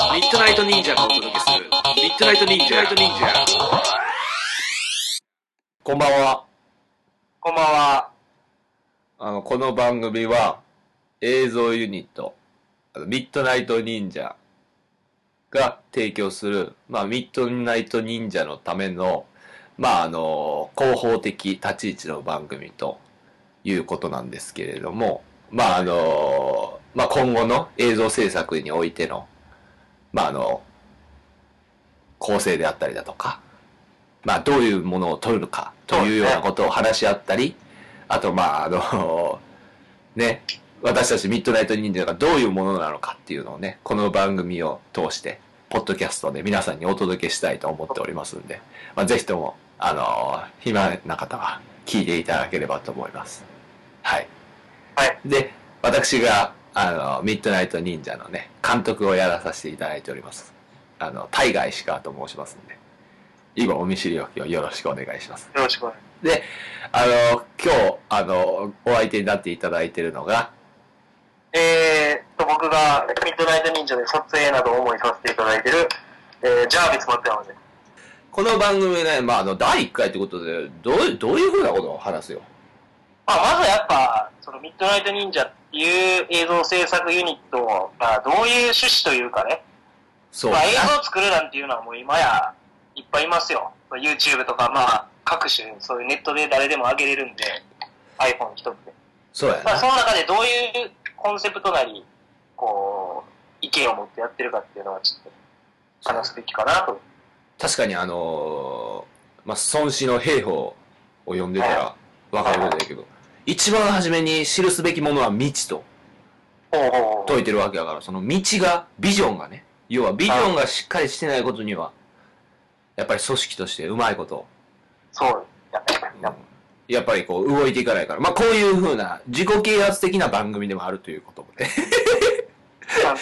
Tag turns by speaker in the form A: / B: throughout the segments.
A: ッドナイト忍者がお届けする、ミッドナイト忍者、ミッドナイト忍者。
B: こんばんは。
C: こんばんは。
B: あの、この番組は映像ユニット、あのミッドナイト忍者が提供する、まあ、ミッドナイト忍者のための、まあ、あの、広報的立ち位置の番組ということなんですけれども、まあ、あの、まあ、今後の映像制作においての、まあ、あの、構成であったりだとか、まあ、どういうものを撮るかというようなことを話し合ったり、あと、まあ、あの、ね、私たちミッドナイト忍者がどういうものなのかっていうのをね、この番組を通して、ポッドキャストで皆さんにお届けしたいと思っておりますんで、まあ、ぜひとも、あの、暇な方は聞いていただければと思います。はい。
C: はい。
B: で、私が、あの、ミッドナイト忍者のね、監督をやらさせていただいております。あの、大河石川と申しますんで、以後お見知りおきをよろしくお願いします。
C: よろしくお願いし
B: で、あの、今日、あの、お相手になっていただいているのが、
C: ます。えーっと、僕がミッドナイト忍者で撮影などを主にさせていただいてる、えー、ジャービス松山です。
B: この番組ね、まあ、あの、第1回ということで、どういう、どういうふうなことを話すよ。
C: まあ、まずやっぱ、そのミッドナイト忍者っていう映像制作ユニットがどういう趣旨というかね、
B: そう
C: ま
B: だ
C: あ、
B: な
C: 映像を作るなんていうのはもう今やいっぱいいますよ。まあ YouTube とか、まあ、各種、そういうネットで誰でも上げれるんで、iPhone 一つで。
B: そうや
C: まあ、そ
B: な。
C: の中でどういうコンセプトなり、こう、意見を持ってやってるかっていうのはちょっと話すべきかなと。
B: 確かに、あのまあ、孫子の兵法を読んでたら、わかることだけど、一番初めに記すべきものは道と
C: ほうほうほう
B: 説いてるわけだから、その道が、ビジョンがね、要はビジョンがしっかりしてないことには、やっぱり組織としてうまいこと、
C: そう。やっぱりやっ
B: やっぱりこう動いていかないから、まあこういう風な自己啓発的な番組でもあるということもね、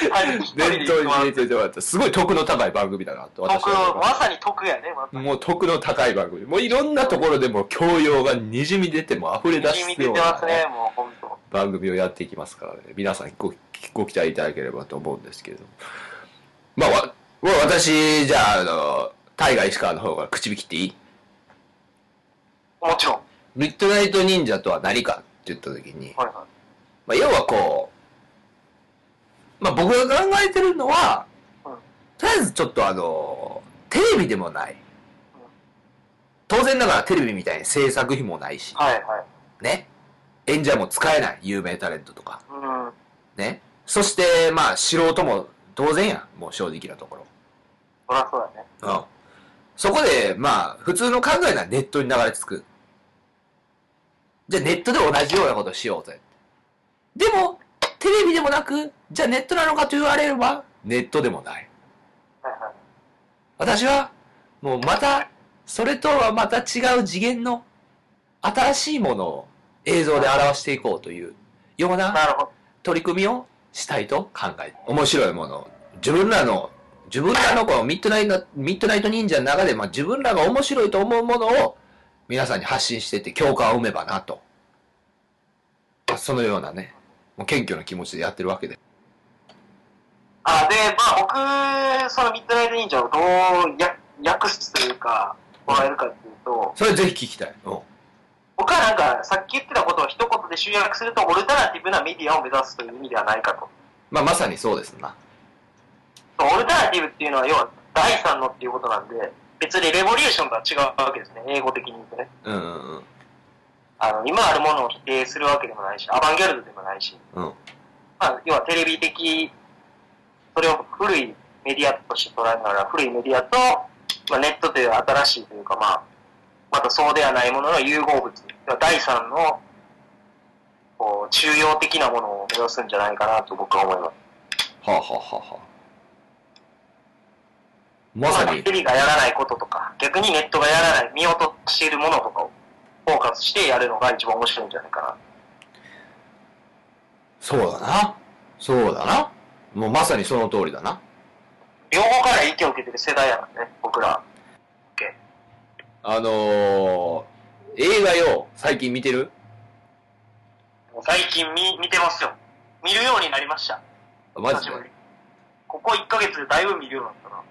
C: ぱりはい一人で
B: 伝
C: 行
B: 統
C: くわ
B: に入れてもらって、すごい得の高い番組だなと私
C: 得
B: は思い
C: ま
B: ます。
C: さに得やね、まさに。
B: もう得の高い番組。もういろんなところでも教養がにじみ出ても溢れ出
C: にじみ
B: す
C: 出
B: よ
C: て
B: う
C: ま
B: な
C: すね、もう本当。
B: 番組をやっていきますからね、皆さんごご期待いただければと思うんですけれども。まあわ、わ私、じゃあ、あの、大河石川の方から口引きっていい
C: もちろん。は
B: ミッドナイト忍者とは何かって言った時に、
C: いは
B: まあ、要はこう、まあ、僕が考えてるのは、
C: うん
B: とりあえずちょっとあの、テレビでもない。当然ながらテレビみたいに制作費もないし、
C: い。はいはい。
B: ね。演者も使えない、有名タレントとか、
C: うん。
B: ね。そして、まあ、素人も当然やん、もう正直なとこ
C: そらそうだね。
B: ろ。うん。そこで、まあ、普通の考えならネットに流れ着く。じゃあネットで同じようなことしようぜ。でも、テレビでもなく、じゃあネットなのかと言われれば、ネットでもない。
C: はいはい。
B: 私は、もうまた、それとはまた違う次元の、新しいものを映像で表していこうというような
C: なるほど。
B: 取り組みをしたいと考えて。面白いものを。自分らの、自分らのこのミッドナイト、ミッドナイト忍者の中で、まあ自分らが面白いと思うものを皆さんに発信していって共感を生めばなと。まあそのようなね、もう謙虚な気持ちでやってるわけで。
C: あ、で、まあ僕、そのミッドナイト忍者をどうや訳すというか、もらえるかっていうと、
B: それぜひ聞きたい。うん。
C: 僕はなんか、さっき言ってたことを一言で集約すると、オルタナティブなメディアを目指すという意味ではないかと。
B: まあまさにそうですな。
C: オルタナティブっていうのは、要は第三のっていうことなんで、別にレボリューションとは違うわけですね、英語的に言うとね。
B: うんうんうん。
C: あの、今あるものを否定するわけでもないし、アバンギャルドでもないし、
B: うん。
C: まあ、要はテレビ的、それを古いメディアとして捉えながら、古いメディアと、まあ、ネットという新しいというか、まあ、またそうではないものの融合物、要は第三の、こう、中央的なものを目指すんじゃないかなと僕は思います。
B: はあ、はあはあはあ、まさに
C: テ、レビがやらないこととか、逆にネットがやらない、見落としているものとかをフォーカスしてやるのが一番面白いんじゃないかな。
B: そうだな。そうだな。もうまさにその通りだな。
C: 両方から影響を受けてる世代やからね、僕ら。
B: あのー、映画よ、最近見てる
C: 最近見見てますよ。見るようになりました。
B: あマジで
C: 久しぶりここ1ヶ月でだいぶ見るようになったな。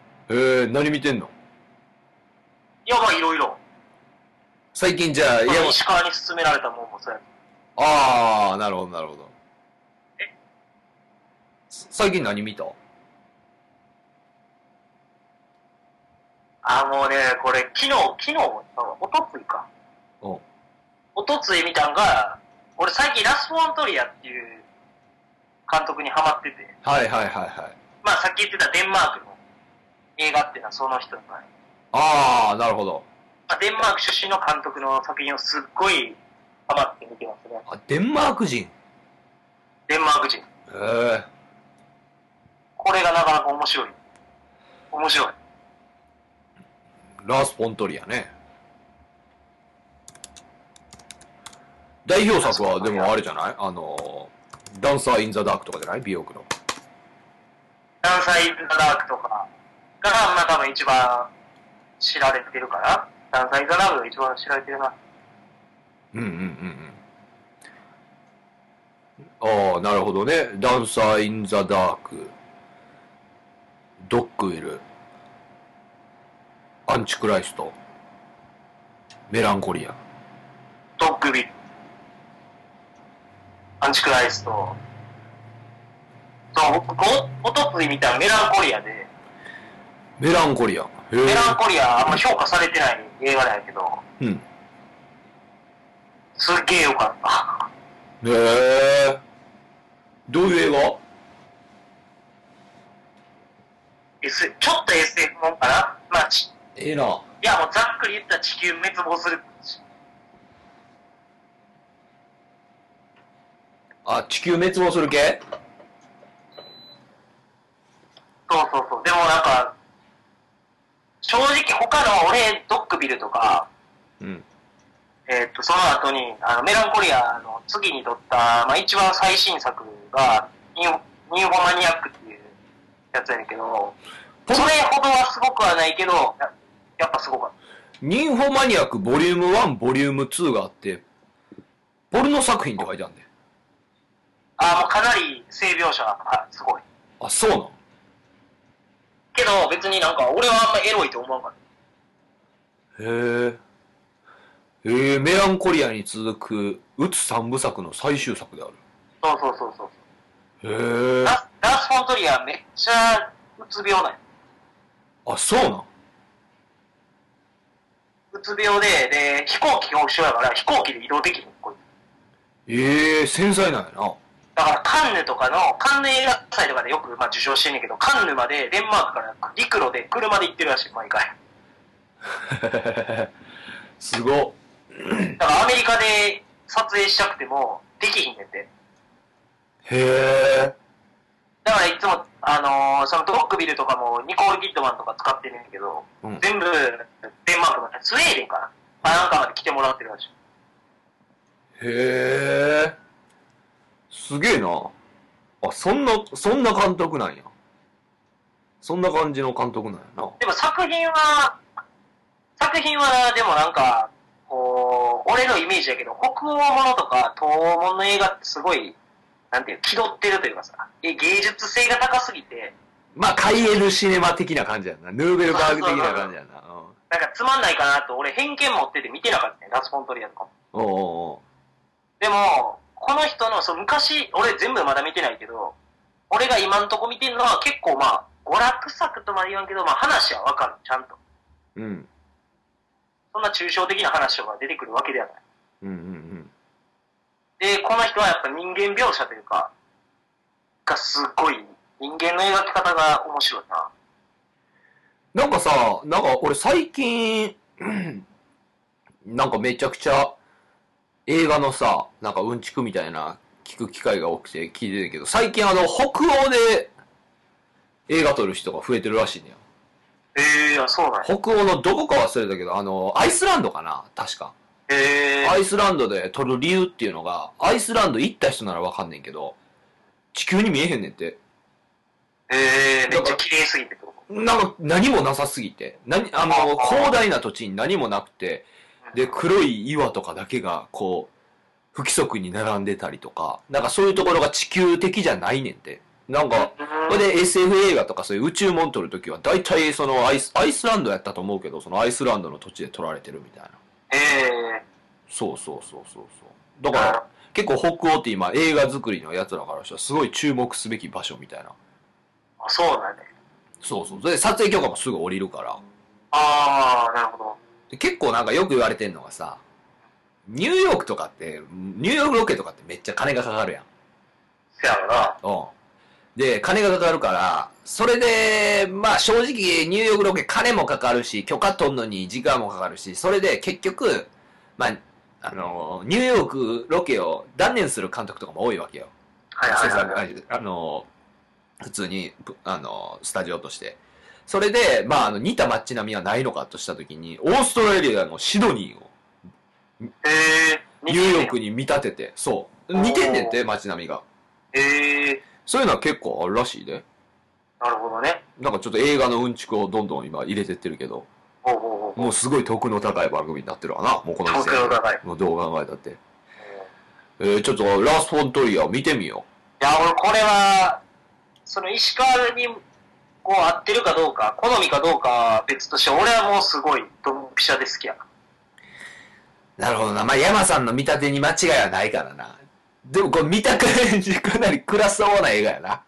B: えー、何見てんの
C: いや、まあいろいろ。
B: 最近じゃあ、いや
C: まあ、石川に勧められたもんもそうや
B: ああ、なるほど、なるほど。
C: え
B: さ最近何見た
C: あ、もうね、これ、昨日、昨日、おとついか。
B: お
C: おとつい見たんが、俺最近ラスフォントリアっていう監督にハマってて、
B: はいはいはいはい。
C: まあさっき言ってたデンマークの映画っていうのはその人の場合、
B: ああ、なるほど。
C: まあ、デンマーク出身の監督の作品をすっごいハマって見てますね。
B: あ、デンマーク人。
C: デンマーク人。
B: ええ
C: これがなかなか面白い。面白い。
B: ラース・フォントリアね。代表作はでもあれじゃないあの、ダンサー・イン・ザ・ダークとかじゃない美容区の。
C: ダンサー・イン・ザ・ダークとかが、まあ多分一番知られてるから、ダンサー・イン・ザ・ダークが一番知られてるな。
B: うんうんうんうん。ああ、なるほどね。ダンサー・イン・ザ・ダーク。ドッグウィル。アンチクライスト。メランコリア。
C: ドッグビッアンチクライスト。そう、僕、おおとつい見たメランコリアで、
B: メランコリア。へ
C: メラン
B: え。
C: コリアあんま評価されてない映画なんやけど、
B: うん。
C: すっげえよかった。
B: へえ。どういう映画
C: S、ちょっと SF もんかなまあ、ち
B: ええな。
C: いやもうざっくり言ったら地球滅亡する。
B: あ、地球滅亡する系
C: そうそうそう。でもなんか、正直他の俺、ドッグビルとか、
B: うん。
C: えーっと、その後に、あの、メランコリアの次に撮った、まあ、一番最新作が、ニュニューホマニアックっていうやつやねんけど、それほどはすごくはないけど、ややっぱすごかっ
B: ニンフォマニアックボリューム1、ボリューム2があって、ポルノ作品って書いてあるんで。
C: た。あーもうかなり性描写がすごい。
B: あ、そうなん
C: けど、別になんか、俺はあんまエロいと思わんかっ
B: へえ。ええメランコリアに続く、うつ三部作の最終作であ
C: た。そうそうそうそう。
B: る。へえ。
C: ダダンスフォントリアめっちゃうつ病なんよ
B: あ、そうなん
C: うつ病で、で、飛行機が一緒やから、飛行機で移動できるこいつ
B: ええ繊細なんやな。
C: だからカンヌとかの、カンヌ映画祭とかでよくまあ受賞してんねんけど、カンヌまでデンマークから陸路で車で行ってるらしい、毎回。
B: すごっ。
C: だからアメリカで撮影したくてもできひんねんて。
B: へえ。
C: だからいつも、あのーそのドッグビルとかもニコール・キッドマンとか使ってんねんけど、
B: うん
C: 全部デンマークまで、スウェーデンかな。あなんかまで来てもらってるらしい。
B: へえ。すげえな。あ、そんな、そんな監督なんや。そんな感じの監督なんやな。
C: でも作品は、作品はなでもなんか、こう、俺のイメージだけど、北欧ものとか東欧ものの映画ってすごい、なんていう、気取ってるというかさ、え芸術性が高すぎて、
B: まあ、カイエルシネマ的な感じやな。ヌーベルバーグ的な感じやな。うん
C: なんかつまんないかなと俺偏見持ってて見てなかったね、ラスフォントリアとかも。
B: おうおうおう
C: でも、この人の、そう昔、俺全部まだ見てないけど、俺が今んとこ見てるのは結構まあ、娯楽作とまで言わんけど、まあ話はわかる、ちゃんと。
B: うん。
C: そんな抽象的な話とか出てくるわけではない。
B: うんうんうん。
C: で、この人はやっぱ人間描写というか、がすごい、人間の描き方が面白いな。
B: なんかさ、なんか俺最近、 うんなんかめちゃくちゃ映画のさ、なんかうんちくみたいな聞く機会が多くて聞いてるけど、最近あの北欧で映画撮る人が増えてるらしいねよ。
C: ええあ、そうなんや。
B: 北欧のどこか忘れたけど、あの、アイスランドかな確か。
C: ええ
B: アイスランドで撮る理由っていうのが、アイスランド行った人ならわかんねんけど、地球に見えへんねんって。
C: ええめっちゃ綺麗すぎてってこと
B: なんか何もなさすぎて。何、あの、広大な土地に何もなくて、で、黒い岩とかだけが、こう、不規則に並んでたりとか、なんかそういうところが地球的じゃないねんって。なんか、
C: うん
B: それで SF 映画とかそういう宇宙もん撮るときは、大体そのアイス、アイスランドやったと思うけど、そのアイスランドの土地で撮られてるみたいな。
C: ええ
B: そうそうそうそうそう。だから、結構北欧って今映画作りのやつらからしたらすごい注目すべき場所みたいな。
C: あそうなんだね。
B: そうそう。で、撮影許可もすぐ降りるから。
C: ああ、なるほど。
B: で結構なんかよく言われてんのがさ、ニューヨークとかって、ニューヨークロケとかってめっちゃ金がかかるやん。
C: せやろな。
B: うん。で、金がかかるから、それで、まあ正直、ニューヨークロケ金もかかるし、許可取んのに時間もかかるし、それで結局、まあ、あの、ニューヨークロケを断念する監督とかも多いわけよ。
C: はいはいはい、はい。
B: 制作あの、普通に、ぷあの、スタジオとして。それで、まあ、あの、似た街並みはないのかとしたときに、オーストラリアのシドニーを
C: ええ
B: ニューヨークに見立てて、そう。似てんねんて、街並みが。
C: ええ
B: そういうのは結構あるらしいで、
C: なるほどね。
B: なんかちょっと映画のうんちくをどんどん今入れてってるけど、
C: ほうほうほうほう。
B: もうすごい得の高い番組になってるわな、もうこの時
C: 東
B: 点
C: 京
B: で。
C: 高い。
B: もうどう考えたって。
C: うん
B: えー、ちょっとラスフォントリアを見てみよ
C: いや、俺、これは、その石川にこう合ってるかどうか、好みかどうかは別として、俺はもうすごい、ドンピシャで好きや。
B: う。なるほどな。まあ、山さんの見立てに間違いはないからな。でもこれ見た感じかなり暗そうな映画やな。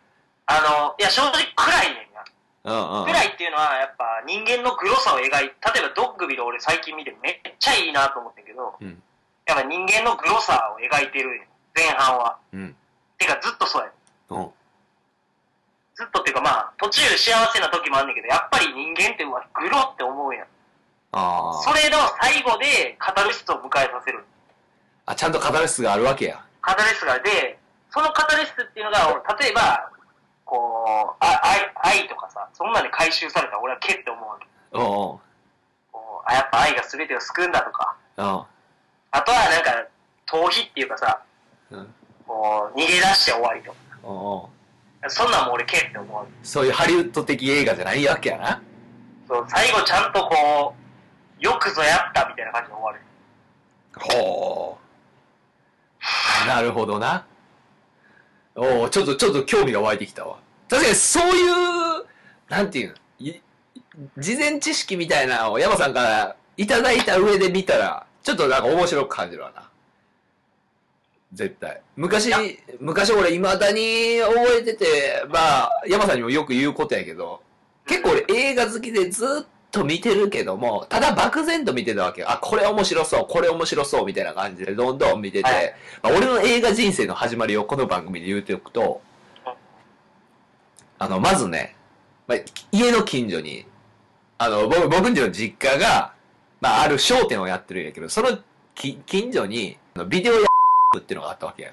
C: あの、いや、正直暗いねんや。
B: うんうん。
C: 暗いっていうのは、やっぱ人間のグロさを描いて、例えばドッグビル俺最近見てめっちゃいいなと思ってんけど、
B: うん
C: やっぱ人間のグロさを描いてるんや前半は。
B: うん。
C: てか、ずっとそうやねん。
B: うん。
C: ずっとっていうかまあ、途中幸せな時もあんねんけど、やっぱり人間ってうわ、グロって思うやん。
B: あ
C: そ
B: あ。
C: れの最後で、カタルシスを迎えさせる。
B: あ、ちゃんとカタルシスがあるわけや。
C: カタルシスがで、そのカタルシスっていうのが、俺例えば、こう、あ愛、愛とかさ、そんなんで回収されたら俺はけって思うわけ。
B: うんうん。
C: こうあ、やっぱ愛が全てを救うんだとか。
B: うん。
C: あとはなんか、逃避っていうかさ、
B: うん。うん
C: こう、逃げ出して終わりとか。
B: うん。
C: そんなんもう俺けって思うわけ。
B: そういうハリウッド的映画じゃないわけやな。
C: そう、最後ちゃんとこう、よくぞやったみたいな感じで終わる。
B: ほう。なるほどな。おお、ちょっと、ちょっと興味が湧いてきたわ。確かにそういう、なんていうの、い事前知識みたいなのを山さんからいただいた上で見たら、ちょっとなんか面白く感じるわな。絶対。昔、昔俺未だに覚えてて、まあ、山さんにもよく言うことやけど、結構俺映画好きでずっと見てるけども、ただ漠然と見てたわけよ。あ、これ面白そう、これ面白そう、みたいな感じでどんどん見てて、
C: はい
B: まあ、俺の映画人生の始まりをこの番組で言うておくと
C: うん、
B: あの、まずね、まあ、家の近所に、あの、僕、僕んちの実家が、まあ、ある商店をやってるんやけど、そのき近所に、あのビデオ屋っていうのがあったわけや。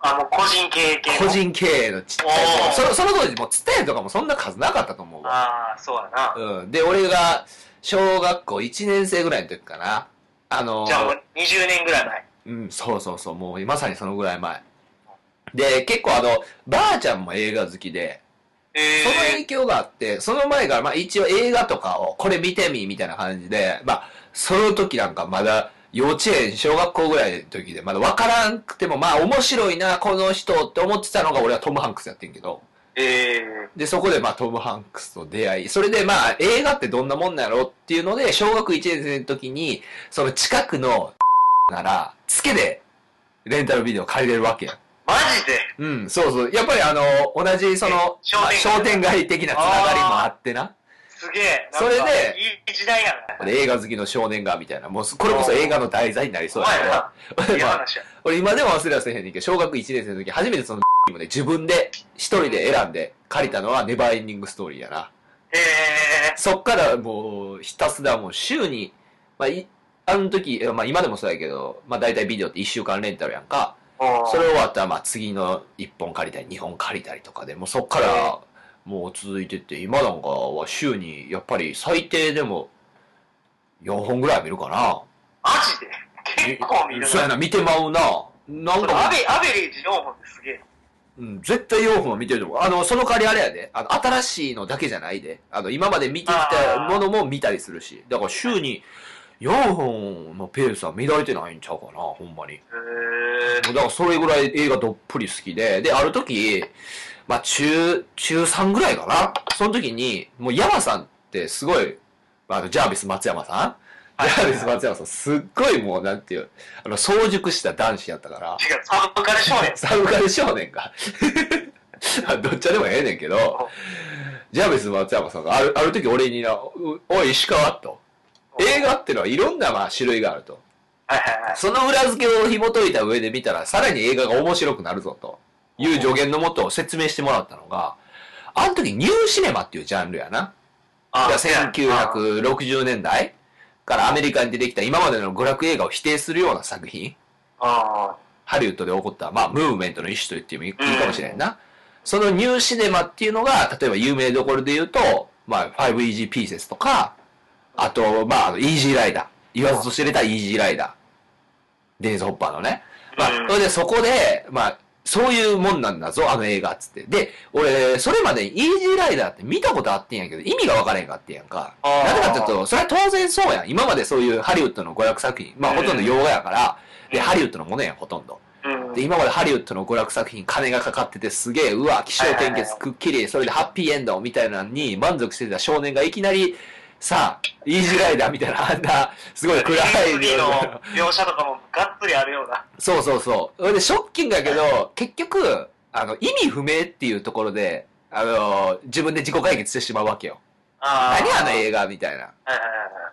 C: あ、もう個人経験。
B: 個人経営のちっちゃい
C: おー
B: その、その当時もうツタヤとかもそんな数なかったと思うわ。
C: ああ、そうやな。
B: うん。で、俺が、小学校1年生ぐらいの時かな。あのー
C: じゃあもう20年ぐらい前。
B: うん、そうそうそう、もうまさにそのぐらい前。で、結構あの、ばあちゃんも映画好きで、その
C: え
B: 影響があって、その前から、まあ一応映画とかを、これ見てみ、みたいな感じで、まあ、その時なんかまだ、幼稚園、小学校ぐらいの時で、まだ分からんくても、まあ面白いな、この人って思ってたのが俺はトム・ハンクスやってんけど、
C: ええ
B: で、そこでまあトム・ハンクスと出会い、それでまあ映画ってどんなもんなんやろっていうので、小学1年生の時に、その近くのなら、つけでレンタルビデオ借りれるわけや。
C: マジで
B: うん、そうそう。やっぱりあの、同じその、
C: 商店街
B: まあ商店街的なつながりもあってな。
C: すげえ。なんか
B: それで
C: いい時代やな。
B: 映画好きの少年がみたいな、もうこれこそ映画の題材になりそうやけど
C: お 前ら、いい
B: まあ
C: 話や。
B: 俺今でも忘れはせへんねんけど、小学1年生の時初めてその もね、自分で一人で選んで借りたのはネバーエンディングストーリーやな。
C: ええ
B: そっからもう、ひたすらもう週に、まあ、い、あの時、えまあ今でもそうやけど、まあ大体ビデオって1週間レンタルやんか。
C: お
B: それ終わったらまあ次の1本借りたり2本借りたりとかで、もうそっからもう続いてって、今なんかは週にやっぱり最低でも4本ぐらいは見るかな。
C: マジで結構見るな。
B: そうやな、見てまうな。なん
C: それア
B: か、
C: ベアベレージ4本ってすげえ。
B: うん、絶対4本は見てると思う。あの、その代わりあれやで。あの、新しいのだけじゃないで。あの、今まで見てきたものも見たりするし。だから週に4本のペースは乱れてないんちゃうかな、ほんまに。
C: へ
B: だからそれぐらい映画どっぷり好きで、で、ある時、まあ中、中3ぐらいかなその時に、もう山さんってすごい、まああの、ジャービス松山さん
C: はい
B: ジャービス松山さん、すっごいもうなんていう、あの、早熟した男子やったから、
C: ー違う、サブカル少年。
B: サブカル少年か。どっちでもええねんけど、ジャービス松山さんがある、ある時俺にな、おおい石川と、映画ってのはいろんなまあ種類があると。
C: はいはいはい。
B: その裏付けを紐解いた上で見たら、さらに映画が面白くなるぞという助言のもと説明してもらったのが、あの時ニューシネマっていうジャンルやな。
C: あ
B: が
C: ー
B: 1960年代からアメリカに出てきた今までの娯楽映画を否定するような作品。
C: あ
B: ハリウッドで起こった、まあ、ムーブメントの一種と言ってもいいかもしれないな。そのニューシネマっていうのが、例えば有名どころで言うと、まあ、5EG ピーセスとか、あと、まああの、イージーライダー。言わずと知れたイージーライダー。デニス・ホッパーのね。まあ
C: う、ん
B: それでそこで、まあ、そういうもんなんだぞ、あの映画っつって。で、俺、それまでイージーライダーって見たことあってんやけど、意味がわからへんかってんやんか。
C: あー
B: なぜかっていうと、それは当然そうやん。今までそういうハリウッドの娯楽作品、まあ、ほとんど洋画やから、で、
C: うん
B: ハリウッドのものやん、ほとんど。
C: ーうん。
B: で、今までハリウッドの娯楽作品金がかかっててすげえ、うわ、気象転
C: はいはいは
B: 結
C: い
B: くっきり、それでハッピーエンドみたいなのに満足してた少年がいきなり、さあ、イージーライダーみたいな、あんな、すごい暗い
C: 次の描写とかもがっつりあるような。
B: そうそうそう。それで、ショッキングやけど、結局、あの、意味不明っていうところで、あの、自分で自己解決してしまうわけよ。
C: あー
B: 何あの映画みたいな。
C: はいは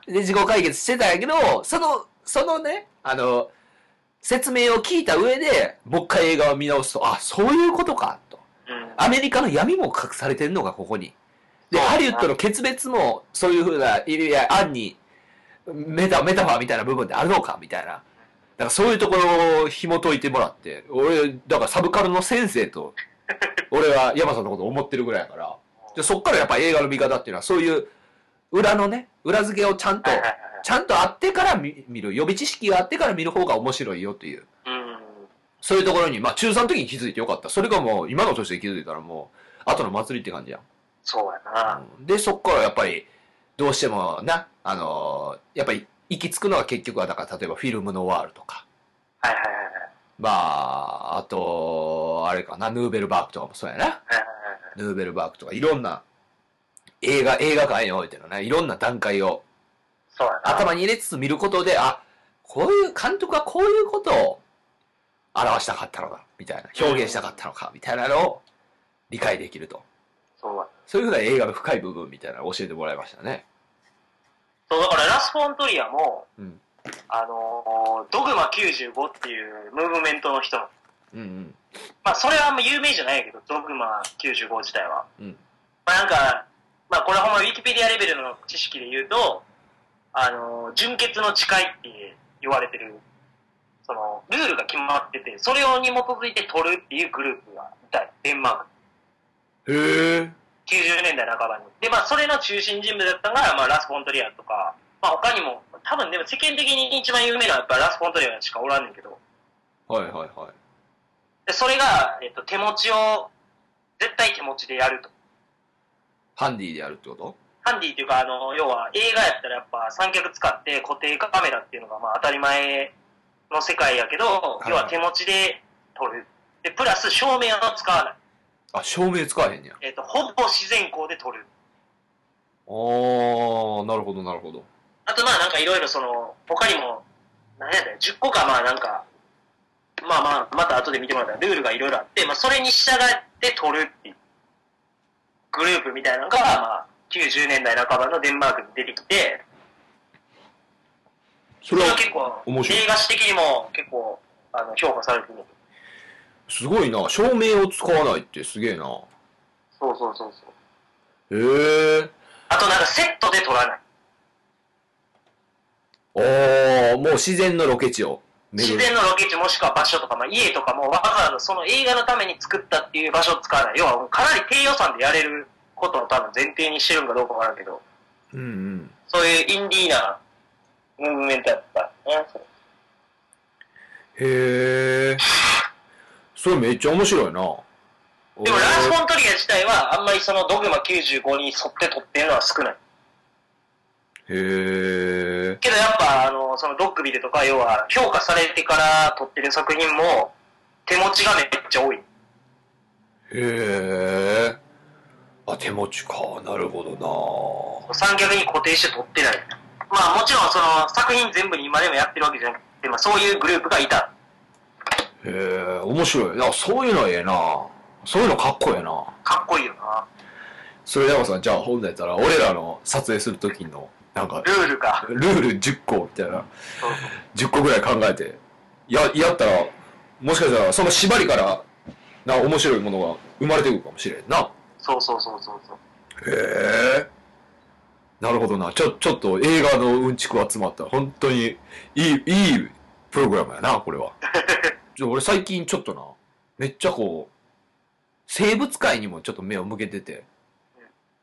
C: い
B: で、自己解決してたんやけど、その、そのね、あの、説明を聞いた上で、もう一回映画を見直すと、あ、そういうことか、と。
C: はいはい。うん
B: アメリカの闇も隠されてるのがここに。で、
C: そう
B: ハリウッドの決別も、そういうふうな、いや、案に、メタ、メタファーみたいな部分であるのか、みたいな。だからそういうところを紐解いてもらって、俺、だからサブカルの先生 と、俺は山さんのこと思ってるぐらいやから、でそっからやっぱ映画の見方っていうのは、そういう裏のね、裏付けをちゃんと
C: はいはいはい、
B: ちゃんとあってから見見る、予備知識があってから見る方が面白いよという。
C: うん。
B: そういうところに、まあ中3の時に気づいてよかった。それがもう今の年で気づいたらもう、後の祭りって感じやん。
C: そうやな。
B: うんで、そっからやっぱり、どうしてもな、あのーやっぱり行き着くのは結局は、だから例えばフィルムノワールとか、
C: はいはいはいはい
B: まあ、あと、あれかな、ヌーベルバークとかもそうやな。
C: はいはいはい。
B: ヌーベルバークとか、いろんな映画、映画界においてのね、いろんな段階を
C: そうやな。
B: 頭に入れつつ見ることで、あ、こういう、監督はこういうことを表したかったのか、みたいな、表現したかったのか、みたいなのを理解できると。
C: そうや。
B: そういうふうな映画の深い部分みたいなのを教えてもらいましたね。
C: そう、だからラスフォントリアも、
B: うん。
C: あのードグマ95っていうムーブメントの人。
B: うんうん。
C: まあ、それはあんま有名じゃないけど、ドグマ95自体は。
B: うん。
C: まあ、なんか、まあ、これはほんまウィキペディアレベルの知識で言うと、あのー純血の誓いって言われてる、その、ルールが決まってて、それをに基づいて取るっていうグループがいたい。デンマーク。
B: へえ。
C: 90年代半ばに。で、まあ、それの中心人物だったのが、まあ、ラス・フォントリアとか、まあ、他にも、多分でも世間的に一番有名なのはやっぱラス・フォントリアしかおらんねんけど、
B: はいはいはい。
C: でそれが、えっと、手持ちを、絶対手持ちでやると。
B: ハンディでやるってこと
C: ハンディっていうか、あの、要は映画やったらやっぱ三脚使って固定カメラっていうのがまあ当たり前の世界やけど、
B: い
C: 要は手持ちで撮る。で、プラス照明は使わない。
B: あ、照明使えへんねや。
C: えっ、と、ほぼ自然光で撮る。
B: あー、なるほどなるほど。
C: あとまあなんかいろいろその、他にも、何やったよ、10個かまあなんか、まあまあ、また後で見てもらったらルールがいろいろあって、まあそれに従って撮るっていうグループみたいなのが、まあ90年代半ばのデンマークに出てきて、
B: そ
C: そ
B: れ
C: れは
B: は
C: 結構、
B: 面白い
C: 映画史的にも結構、あの、評価されてる。
B: すごいな。照明を使わないってすげえな。
C: そうそうそうそう。
B: へえ。
C: あとなんかセットで撮らない。
B: あー、もう自然のロケ地を巡
C: 自
B: る。
C: 然のロケ地もしくは場所とか、まあ家とかもわざわざその映画のために作ったっていう場所を使わない。要はかなり低予算でやれることを多分前提にしてるんかどうかわからんけど、
B: うんうん。
C: そういうインディーなムーブメントやったね。それ
B: へえ。それめっちゃ面白いな。
C: でもラース・フォントリア自体はあんまりそのドグマ95に沿って撮ってるのは少ない。
B: へえ。
C: けどやっぱ、あの、そのドッグビルとか、要は、評価されてから撮ってる作品も、手持ちがめっちゃ多い。
B: へえ。あ、手持ちか。なるほど
C: 三脚に固定して撮ってない。まあもちろん、その、作品全部に今でもやってるわけじゃなくて、まあそういうグループがいた。
B: なへえ、面白い。あ、そういうのええな。そういうのかっこええな。
C: かっこいいよな。
B: それ山さん、じゃあ本来やったら、俺らの撮影する時の、なんか、
C: ルールが。
B: ルール10個みたいな、
C: そうそう
B: 10個ぐらい考えて、や、やったら、もしかしたら、その縛りから、な、面白いものが生まれてくるかもしれんな。
C: そうそうそうそうそう。
B: へえ。なるほどな。ちょ、ちょっと映画のうんちく集まった。本当に、いい、いいプログラムやな、これは。ちょ俺最近ちょっとな、めっちゃこう、生物界にもちょっと目を向けてて。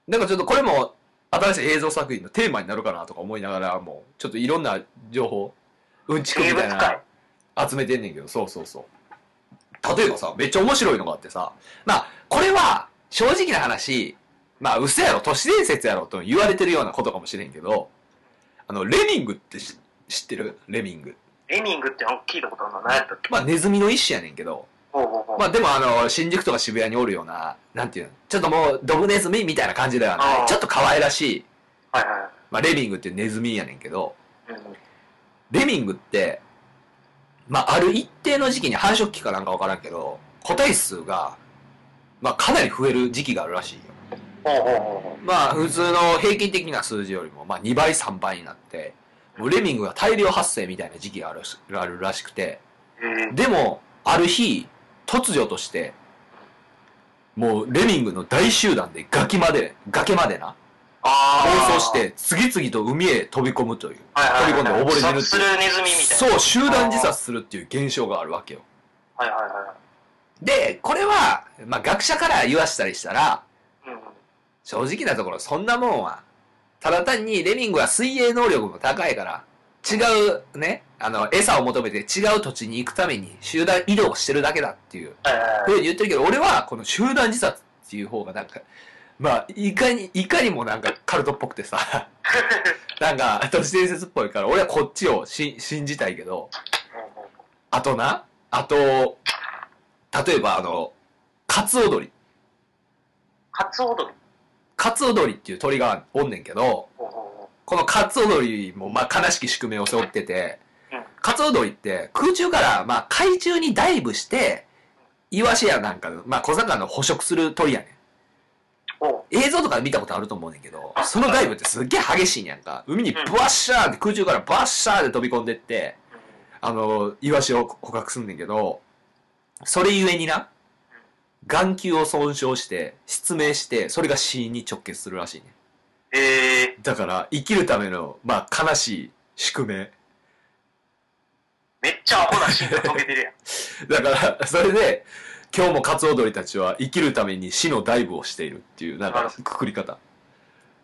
B: なんかちょっとこれも、新しい映像作品のテーマになるかなとか思いながら、もう、ちょっといろんな情報、うんちくみ
C: 生
B: たい
C: 物界
B: な。集めてんねんけど、そうそうそう。例えばさ、めっちゃ面白いのがあってさ、まあ、これは、正直な話、まあ、嘘やろ、都市伝説やろと言われてるようなことかもしれんけど、あの、レミングってし知ってるレミング。
C: レミングって聞いたことあるの何やったっけ
B: まあ、ネズミの一種やねんけど、
C: ほうほうほう。
B: まあ、でもあの、新宿とか渋谷におるような、なんていうの、ちょっともう、ドブネズミみたいな感じではな
C: あ
B: い、
C: ー
B: ちょっと可愛らしい、
C: はいは
B: まあ、レミングっていうネズミやねんけど、
C: い。うん
B: レミングって、まあ、ある一定の時期に繁殖期かなんかわからんけど、個体数が、まあ、かなり増える時期があるらしいよ。
C: ほうほうほうほ
B: まあ、普通の平均的な数字よりも、まあ、2倍、3倍になって、もうレミングが大量発生みたいな時期があるしあるらしくて、
C: う。へえ
B: でも、ある日、突如として、もう、レミングの大集団で崖まで、崖までな、暴
C: あ
B: 走し。て、次々と海へ飛び込むという。
C: はいはいはい
B: 飛び込んで溺れてるっていう
C: 自殺するネズミみたいな。
B: そう、集団自殺するっていう現象があるわけよ。
C: はいはいは
B: で、これは、まあ、学者から言わしたりしたら、
C: い。うんうん。
B: 正直なところ、そんなもんは、ただ単にレミングは水泳能力も高いから、違うね、あの、餌を求めて違う土地に行くために集団移動してるだけだっていう
C: はいはい
B: ふうに言ってるけど、俺はこの集団自殺っていう方がなんか、まあ、いかに、いかにもなんかカルトっぽくて さ、なんか都市伝説っぽいから、俺はこっちをし信じたいけど、
C: はい。
B: あとな、あと、例えばあの、カツオドリ。
C: カツオドリ。
B: カツオドリっていう鳥がおんねんけど、
C: ほうほ
B: このカツオドリもまあ悲しき宿命を背負ってて
C: うん、
B: カツオドリって空中からまあ海中にダイブして、イワシやなんかの、まあ小魚を捕食する鳥やねん。
C: うほう。ほ
B: 映像とかで見たことあると思うねんけど、そのダイブってすっげえ激しいんやんか。海にブワッシャーって空中からバッシャーって飛び込んでって、
C: う。
B: あの、イワシを捕獲すんねんけど、それゆえにな、眼球を損傷して、失明して、それが死因に直結するらしいねん。
C: へえ。
B: だから、生きるための、まあ、悲しい宿命。
C: めっちゃアホな進化遂げてるやん。
B: だから、それで、今日もカツオドリたちは生きるために死のダイブをしているっていう、なん
C: なる
B: か、
C: ほ
B: くくり方。
C: も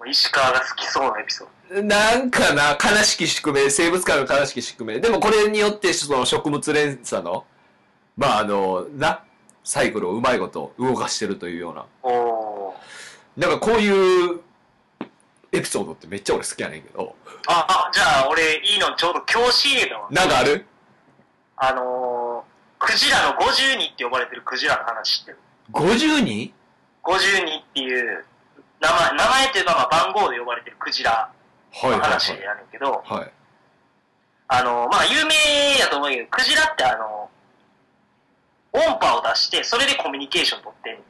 C: う石川が好きそうなエピソー
B: なんかな、悲しき宿命、生物界の悲しき宿命。でもこれによって、その食物連鎖の、まあ、あの、な、サイクルをうまいこと動かしてるというような。
C: ド。おー。
B: なんかこういうエピソードってめっちゃ俺好きやねんけど。
C: あ、あじゃあ俺、いいの、ちょうど教師映だわ。
B: なんかある
C: あのー、クジラの52って呼ばれてるクジラの話知ってる。
B: ?50 人
C: 52っていう、名前、名前というかまあ番号で呼ばれてるクジラ
B: はい
C: の
B: はい
C: 話
B: はい。
C: やねんけど、
B: はい。
C: あのー、まあ有名やと思うけど、クジラってあのー、音波を出して、それでコミュニケーション取ってんねん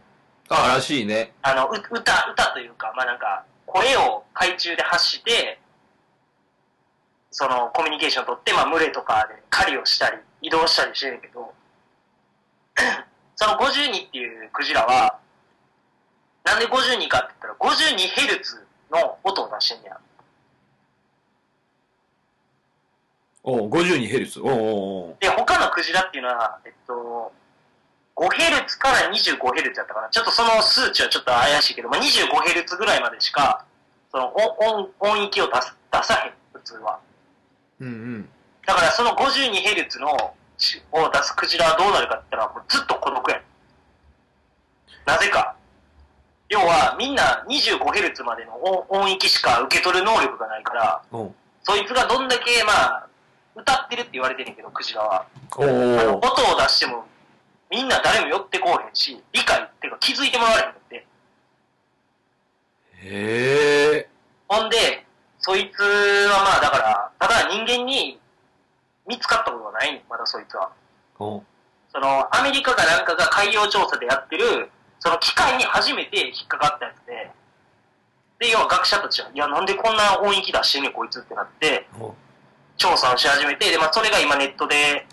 B: あ、らしいね。
C: あの、う歌、歌というか、まあ、なんか、声を海中で発して、その、コミュニケーションを取って、まあ、群れとかで狩りをしたり、移動したりしてるけど、 その52っていうクジラは、なんで52かって言ったら、52ヘルツの音を出してんねや。
B: おう52ヘルツ。おうおうおう
C: で、他のクジラっていうのは、えっと、5ヘルツから25ヘルツだったかな。ちょっとその数値はちょっと怪しいけど、まあ、25ヘルツぐらいまでしか、その音音音域を出す出さへん、普通は。
B: うんうん。
C: だからその52ヘルツのしを出すクジラはどうなるかって言ったら、もうずっと孤独やん。なぜか。要はみんな 25Hz までの音音域しか受け取る能力がないから、
B: おう
C: そいつがどんだけ、まあ、歌ってるって言われてんねんけど、クジラは。
B: お
C: あの
B: ー
C: 音を出しても、みんな誰も寄ってこうへんし、理解っていうか気づいてもらわれへんって。
B: へえ
C: ほんで、そいつはまあだから、ただ人間に見つかったことがないねんまだそいつは。
B: おう
C: その、アメリカかなんかが海洋調査でやってる、その機械に初めて引っかかったやつで、で、要は学者たちは、いや、なんでこんな音域出してんねん、こいつってなって、
B: おう
C: 調査をし始めて、で、まあ、それが今ネットで、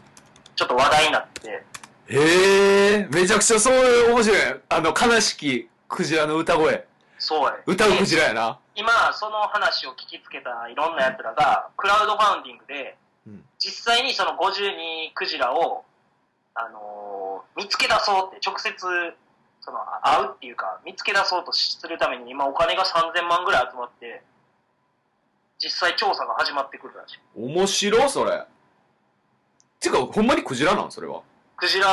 C: ちょっと話題になって、
B: へえめちゃくちゃそういう面白いあの悲しきクジラの歌声
C: そうやね
B: 歌うク
C: で
B: ジラやな
C: 今、その話を聞きつけたいろんな奴らが、クラウドファウンディングで、
B: うん
C: 実際にその52クジラを、あのー見つけ出そうって、直接、その、あ会うっていうか、見つけ出そうとしするために、今お金が3000万ぐらい集まって、実際調査が始まってくるらしい。
B: 面白それてかほんまにクジラなんそれは
C: クジラ、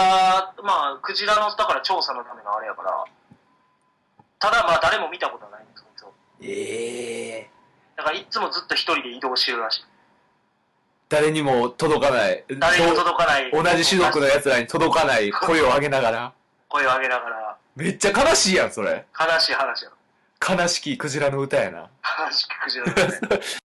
C: まあ、クジラの、だから調査のためのあれやから、ただまあ誰も見たことはないんですよ。
B: ええ
C: だからいつもずっと一人で移動してるらしい。
B: 誰にも届かない
C: 誰にも届かない。
B: 同じ種族の奴らに届かない声を上げながら
C: 声を上げながら、
B: めっちゃ悲しいやんそれ
C: 悲しい話やろ。
B: 悲しきクジラの歌やな
C: 悲しくクジラですね。